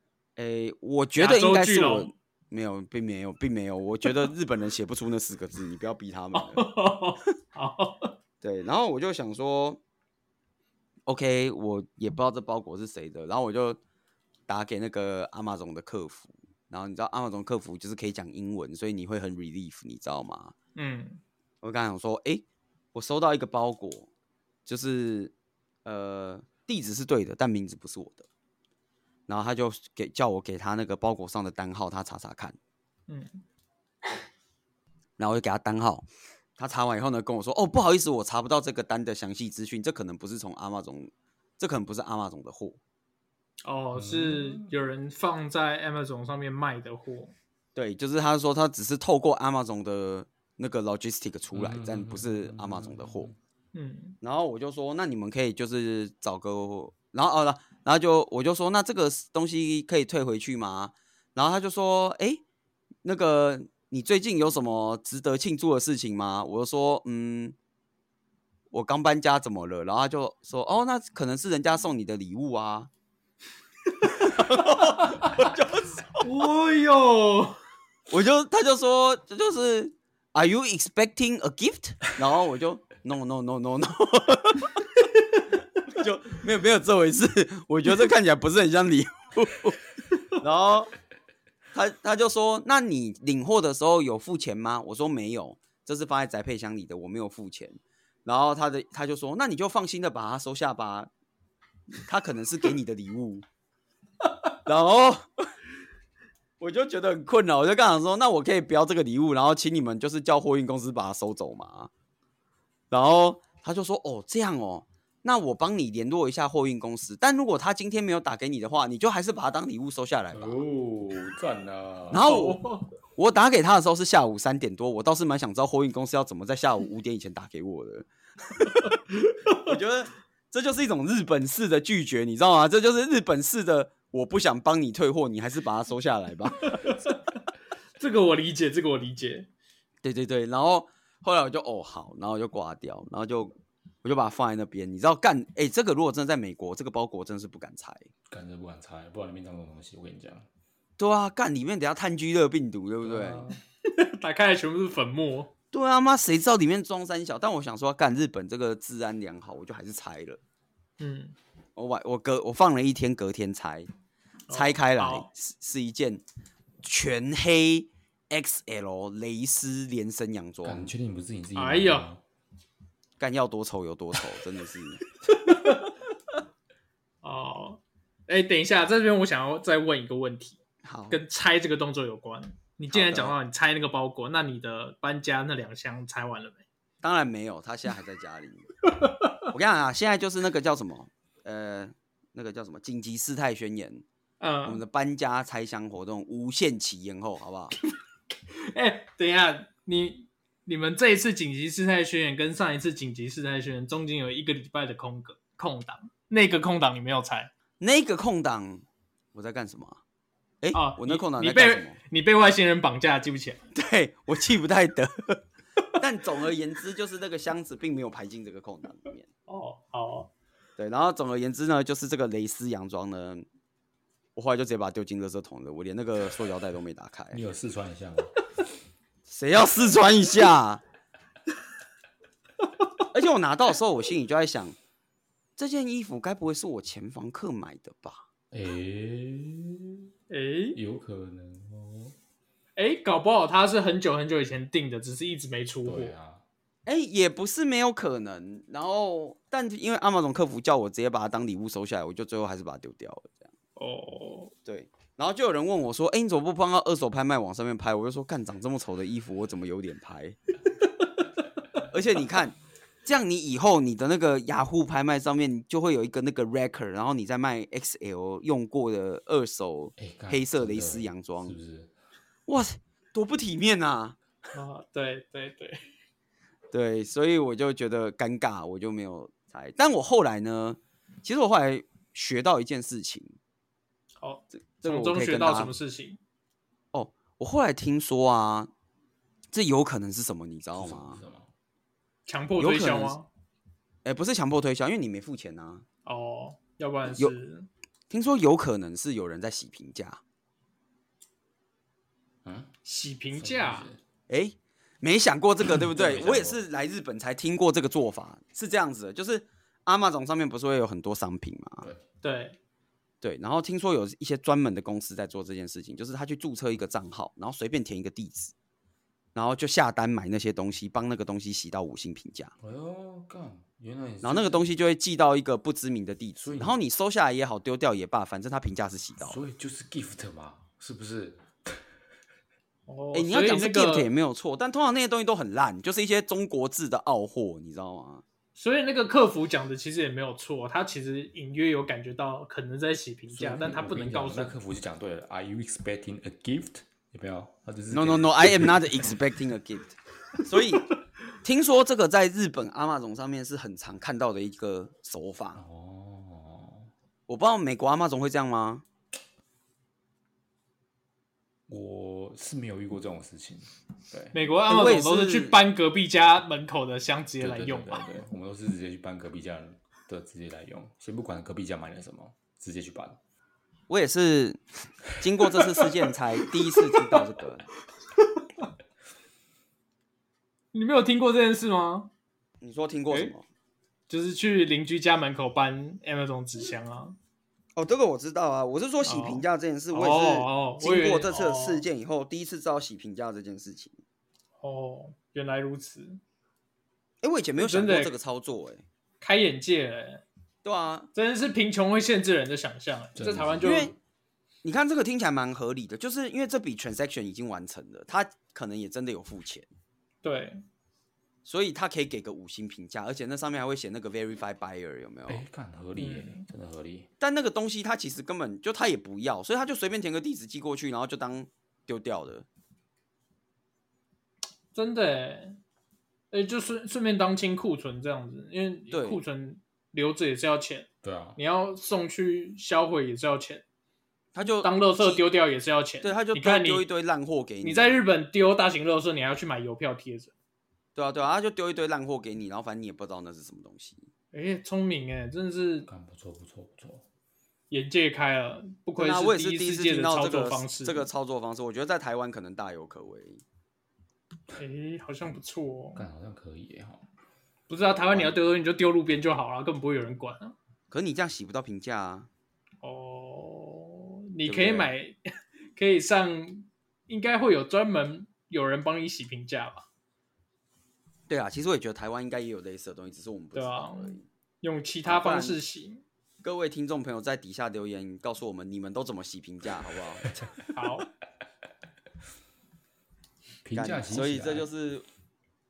Speaker 2: 哎，我觉得
Speaker 1: 亚洲
Speaker 2: 应该
Speaker 1: 巨
Speaker 2: 是
Speaker 1: 龙
Speaker 2: 我，没有，并没有，并没有。我觉得日本人写不出那四个字，你不要逼他们了。
Speaker 1: 哦好，
Speaker 2: 对，然后我就想说，OK，我也不知道这包裹是谁的，然后我就打给那个阿玛总的客服，然后你知道阿玛总客服就是可以讲英文，所以你会很 relief，你知道吗？
Speaker 1: 嗯
Speaker 2: 我刚才想说，诶，我收到一个包裹，就是呃地址是对的，但名字不是我的。然后他就给叫我给他那个包裹上的单号，他查查看。
Speaker 1: 嗯，
Speaker 2: 然后我就给他单号，他查完以后呢，跟我说：“哦，不好意思，我查不到这个单的详细资讯，这可能不是从阿玛总，这可能不是阿玛总的货。
Speaker 1: 哦，是
Speaker 3: 嗯
Speaker 1: 有人放在 Amazon 上面卖的货，
Speaker 2: 对，就是他说他只是透过阿玛总的那个 logistic 出
Speaker 3: 嗯
Speaker 2: 来，但不是阿玛总的货。
Speaker 1: 嗯
Speaker 2: 然后我就说，那你们可以就是找个，然后哦，然然后就我就说，那这个东西可以退回去吗？然后他就说，诶，那个你最近有什么值得庆祝的事情吗？我就说，嗯，我刚搬家，怎么了？然后他就说，哦，那可能是人家送你的礼物啊。
Speaker 1: 哦
Speaker 2: 哎
Speaker 1: 哟，
Speaker 2: 我就他就说，这就是 Are you expecting a gift？然后我就 No No No No No，就没有没有这回事。我觉得这看起来不是很像礼物。然后他他就说，那你领货的时候有付钱吗？我说没有，这是放在宅配箱里的，我没有付钱。然后他的他就说，那你就放心的把它收下吧，他可能是给你的礼物。然后。我就觉得很困扰，我就刚想说，那我可以不要这个礼物，然后请你们就是叫货运公司把它收走嘛。然后他就说，哦，这样哦，那我帮你联络一下货运公司，但如果他今天没有打给你的话，你就还是把它当礼物收下来吧。
Speaker 3: 哦，赞了。
Speaker 2: 然后
Speaker 1: 哦
Speaker 2: 我我打给他的时候是下午三点多，我倒是蛮想知道货运公司要怎么在下午五点以前打给我 的。我觉得这就是一种日本式的拒绝，你知道吗？这就是日本式的我不想帮你退货，你还是把它收下 来吧。
Speaker 1: 这个我理解，这个我理解，
Speaker 2: 对对对，然后后来我就哦好，然后我就挂掉，然后就我就把它放在那边。你知道干哎、这个如果真的在美国，这个包裹真的是不敢拆。
Speaker 3: 感觉不敢猜，不然里面装什么东西，我跟你讲，
Speaker 2: 对啊，干里面等下炭疽热病毒，对不对？对啊
Speaker 3: 啊，
Speaker 1: 打开来全部是粉末，
Speaker 2: 妈谁知道里面装三小？但我想说，干日本这个治安良好，我就还是拆了。
Speaker 1: 嗯，
Speaker 2: 我晚我隔我放了一天，隔天拆，拆开来、
Speaker 1: 好
Speaker 2: 是是一件全黑 XL 蕾丝连身洋
Speaker 3: 干
Speaker 2: 装
Speaker 3: 你，确定不是你自己？
Speaker 1: 哎呀，
Speaker 2: 干要多丑有多丑，真的是。
Speaker 1: 哦，哎，等一下，在这边我想要再问一个问题，
Speaker 2: 好，
Speaker 1: 跟拆这个动作有关。你既然
Speaker 2: 好的
Speaker 1: 讲到你拆那个包裹，那你的搬家那两箱拆完了没？
Speaker 2: 当然没有，他现在还在家里。我跟你讲啊，现在就是那个叫什么，呃，那个叫什么紧急事态宣言，我们
Speaker 1: 嗯，
Speaker 2: 的搬家拆箱活动无限期延后，好 不好？
Speaker 1: 哎、等一下，你你们这一次紧急事态宣言跟上一次紧急事态宣言中间有一个礼拜的空格空档，那个空档你没有拆
Speaker 2: 那个空档我在干什么啊？哎、
Speaker 1: 啊？
Speaker 2: 我那
Speaker 1: 你
Speaker 2: 空档
Speaker 1: 你
Speaker 2: 在干什
Speaker 1: 被
Speaker 2: 么？
Speaker 1: 你被外星人绑架，记不起来。
Speaker 2: 对我记不太得。 但总而言之，就是那个箱子并没有排进这个空档里面。
Speaker 1: 哦，好
Speaker 2: 啊
Speaker 1: 哦
Speaker 2: 对，然后总而言之呢，就是这个蕾丝洋装呢，我后来就直接把它丢进垃圾桶了，我连那个塑胶袋都没打开。
Speaker 3: 你有试穿一下吗？
Speaker 2: 谁要试穿一下？ 而且我拿到的时候，我心里就在想，这件衣服该不会是我前房客买的吧？
Speaker 3: 诶，
Speaker 1: 诶
Speaker 3: 哎有可能哦。
Speaker 1: 诶，搞不好他是很久很久以前订的，只是一直没出货。
Speaker 3: 对啊，
Speaker 2: 哎、也不是没有可能。然后，但因为阿玛总客服叫我直接把它当礼物收下来，我就最后还是把它丢掉了。这样
Speaker 1: 哦，
Speaker 2: 对。然后就有人问我说：“哎、你怎么不放到二手拍卖网上面拍？”我就说：“干，长这么丑的衣服，我怎么有脸拍？ 而且你看，这样你以后你的那个雅虎拍卖上面就会有一个那个 record，然后你再卖 XL 用过的二手，
Speaker 3: 哎，干
Speaker 2: 黑色
Speaker 3: 真
Speaker 2: 蕾
Speaker 3: 的
Speaker 2: 丝洋装
Speaker 3: 是不是？
Speaker 2: 哇塞，多不体面呐、
Speaker 1: 啊，对对对，
Speaker 2: 对，所以我就觉得尴尬，我就没有拆。但我后来呢，其实我后来学到一件事情，
Speaker 1: 好，
Speaker 2: 这个
Speaker 1: 从
Speaker 2: 我
Speaker 1: 中
Speaker 2: 可以
Speaker 1: 学
Speaker 2: 跟
Speaker 1: 到
Speaker 2: 大家
Speaker 1: 什么事情？
Speaker 2: 哦，我后来听说啊，这有可能是什么，你知道
Speaker 3: 是什么
Speaker 2: 吗
Speaker 3: 是？什么？
Speaker 1: 强迫
Speaker 2: 有
Speaker 1: 推
Speaker 2: 可
Speaker 1: 销
Speaker 2: 能
Speaker 1: 吗？
Speaker 2: 哎、不是强迫推销，因为你没付钱啊。
Speaker 1: 哦，要不然
Speaker 2: 有
Speaker 1: 是
Speaker 2: 听说有可能是有人在洗评价，
Speaker 3: 嗯，
Speaker 1: 洗评价
Speaker 3: 什么意思
Speaker 2: 哎，没想过这个， 对不
Speaker 3: 没
Speaker 2: 对？
Speaker 3: 想过
Speaker 2: 我也是来日本才听过这个做法，是这样子的，就是阿玛总上面不是会有很多商品嘛？
Speaker 3: 对
Speaker 1: 对，
Speaker 2: 对，然后听说有一些专门的公司在做这件事情，就是他去注册一个账号，然后随便填一个地址，然后就下单买那些东西，帮那个东西洗到五星评价，
Speaker 3: 哎呦，干，原来你
Speaker 2: 然后那个东西就会寄到一个不知名的地
Speaker 3: 所
Speaker 2: 址，
Speaker 3: 以
Speaker 2: 然后你收下来也好，丢掉也罢，反正他评价是洗到
Speaker 3: 是，
Speaker 2: 的。
Speaker 3: 所以就是 gift 嘛，是不是？
Speaker 1: 哦，
Speaker 2: 哎、你要
Speaker 1: 所以
Speaker 2: 讲是
Speaker 1: 那个
Speaker 2: gift 也没有错，但通常那些东西都很烂，就是一些中国制的傲货，你知道吗？
Speaker 1: 所以那个客服讲的其实也没有错，他其实隐约有感觉到可能在洗评
Speaker 3: 所以
Speaker 1: 价，
Speaker 3: 你
Speaker 1: 但他
Speaker 3: 我
Speaker 1: 不
Speaker 3: 跟
Speaker 1: 能
Speaker 3: 你讲
Speaker 1: 告诉
Speaker 3: 那
Speaker 1: 你。
Speaker 3: 客服就讲对了，Are you expecting a gift？有没有？他就是
Speaker 2: No no
Speaker 3: 给
Speaker 2: no, I am not expecting a gift 。 所以听说这个在日本阿玛总上面是很常看到的一个手法。
Speaker 3: 哦，
Speaker 2: 我不知道美国阿玛总会这样吗？
Speaker 3: 我是没有遇过这种事情，对，
Speaker 1: 美国阿
Speaker 2: 哎
Speaker 1: 玛
Speaker 2: 我也
Speaker 1: 总都是
Speaker 2: 是
Speaker 1: 去搬隔壁家门口的箱直接
Speaker 3: 对
Speaker 1: 来
Speaker 3: 对
Speaker 1: 用
Speaker 3: 对
Speaker 1: 吧？
Speaker 3: 对对，我们都是直接去搬隔壁家的，直接来用，先不管隔壁家买了什么，直接去搬。
Speaker 2: 我也是经过这次事件才第一次听到这个。
Speaker 1: 你没有听过这件事吗？
Speaker 2: 你说听过什么？
Speaker 1: 就是去邻居家门口搬 Amazon 纸箱啊。
Speaker 2: 哦，这个我知道啊，我是说洗评价这件事，
Speaker 1: 哦
Speaker 2: 我
Speaker 1: 哦哦
Speaker 2: 也
Speaker 1: 我以
Speaker 2: 是
Speaker 1: 为
Speaker 2: 经过这次的事件以后，第一次知道洗评价这件事情。
Speaker 1: 哦，原来如此，
Speaker 2: 哎，我以前没有想
Speaker 1: 真
Speaker 2: 过
Speaker 1: 的
Speaker 2: 这个操作，哎，
Speaker 1: 开眼界了，
Speaker 2: 对啊，
Speaker 1: 真的是贫穷会限制人的想象。
Speaker 3: 真
Speaker 1: 在
Speaker 3: 的
Speaker 1: 台湾就
Speaker 2: 因为你看这个听起来蛮合理的，就是因为这笔 transaction 已经完成了，他可能也真的有付钱。
Speaker 1: 对，
Speaker 2: 所以他可以给个五星评价，而且那上面还会写那个 verify buyer 有没有？
Speaker 3: 哎，看合理耶
Speaker 1: 哦嗯，
Speaker 3: 真的合理。
Speaker 2: 但那个东西他其实根本就他也不要，所以他就随便填个地址寄过去，然后就当丢掉的。
Speaker 1: 真的欸，哎，就顺顺便当清库存这样子，因为
Speaker 2: 对
Speaker 1: 库存留着也是要钱，
Speaker 3: 对啊，
Speaker 1: 你要送去销毁也是要钱，
Speaker 2: 他就
Speaker 1: 当垃圾，丢掉也是要钱。
Speaker 2: 对，他就
Speaker 1: 你看你
Speaker 2: 丢一堆烂货给你。
Speaker 1: 你在日本丢大型垃圾，你还要去买邮票贴着。
Speaker 2: 对啊对啊，他就丢一堆烂货给你，然后反正你也不知道那是什么东西。
Speaker 1: 哎，聪明哎，真的是
Speaker 3: 看不错不错不错。
Speaker 1: 眼界开了，不愧
Speaker 2: 啊那我也
Speaker 1: 第
Speaker 2: 是第
Speaker 1: 一
Speaker 2: 一
Speaker 1: 世
Speaker 2: 次
Speaker 1: 界
Speaker 2: 听
Speaker 1: 的
Speaker 2: 到
Speaker 1: 操
Speaker 2: 这
Speaker 1: 作
Speaker 2: 个
Speaker 1: 方式。
Speaker 2: 这个操作方式，我觉得在台湾可能大有可为。
Speaker 1: 哎，好像不错哦。
Speaker 3: 干好像可以耶哈。
Speaker 1: 不知道台湾你要丢东西你就丢路边就好了，根本不会有人管啊。
Speaker 2: 可是你这样洗不到评价啊，
Speaker 1: 哦，你
Speaker 2: 对不
Speaker 1: 可以
Speaker 2: 对
Speaker 1: 买，可以上，应该会有专门有人帮你洗评价吧？
Speaker 2: 对啊，其实我也觉得台湾应该也有类似的东西，只是我们不知道
Speaker 1: 对啊
Speaker 2: 而已。
Speaker 1: 用其
Speaker 2: 啊
Speaker 1: 他方式洗。
Speaker 2: 各位听众朋友在底下留言告诉我们，你们都怎么洗评价，好不好？
Speaker 1: 好，
Speaker 3: 评价
Speaker 2: 干
Speaker 3: 洗起来，
Speaker 2: 所以这就是，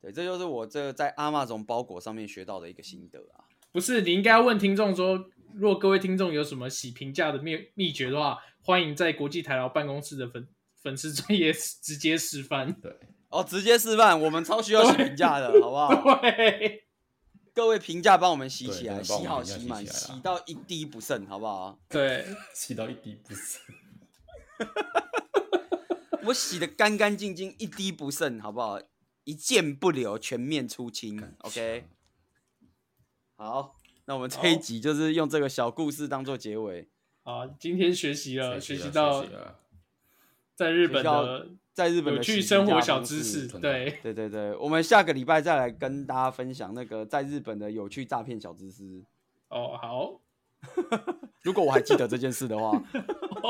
Speaker 2: 对，这就是我这在阿玛总包裹上面学到的一个心得啊。
Speaker 1: 不是你应该要问听众说，如果各位听众有什么洗评价的秘秘诀的话，欢迎在国际台劳办公室的粉粉丝专业 直接示范。
Speaker 3: 对，
Speaker 2: 哦，直接示范，我们超需要洗评价的，好 不好？
Speaker 1: 对，
Speaker 2: 各位评价帮我们洗起来，
Speaker 3: 对真的
Speaker 2: 洗
Speaker 3: 帮我
Speaker 2: 好
Speaker 3: 们评价
Speaker 2: 洗满，
Speaker 3: 洗起来啊
Speaker 2: 洗到一滴不剩，好不好？
Speaker 1: 对，
Speaker 3: 洗到一滴不剩。
Speaker 2: 我洗的干干净净，一滴不剩，好不好？一件不留，全面出清。OK，好，那我们这一
Speaker 1: 好
Speaker 2: 集就是用这个小故事当做结尾。
Speaker 1: 啊，今天学习 了，
Speaker 3: 学
Speaker 1: 啊学
Speaker 3: 习
Speaker 1: 习
Speaker 3: 了
Speaker 1: 到
Speaker 3: 学习了
Speaker 1: 在日本
Speaker 2: 学到
Speaker 1: 的
Speaker 2: 在日本
Speaker 1: 有
Speaker 2: 的
Speaker 1: 趣
Speaker 2: 洗
Speaker 1: 生
Speaker 2: 评
Speaker 1: 活
Speaker 2: 价
Speaker 1: 小
Speaker 2: 方
Speaker 1: 知
Speaker 2: 式
Speaker 1: 识，
Speaker 3: 真的
Speaker 1: 对，
Speaker 2: 对对对，我们下个礼拜再来跟大家分享那个在日本的有趣诈骗小知识。
Speaker 1: 哦，好。
Speaker 2: 如果我还记得这件事的话，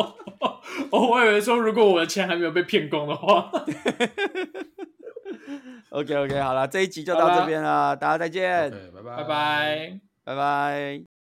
Speaker 1: 哦，我以为说如果我的钱还没有被骗光的话，
Speaker 2: OK OK，好了，这一集就到这边了，大家再见，
Speaker 3: OK，拜拜
Speaker 1: 拜拜。
Speaker 2: 拜拜。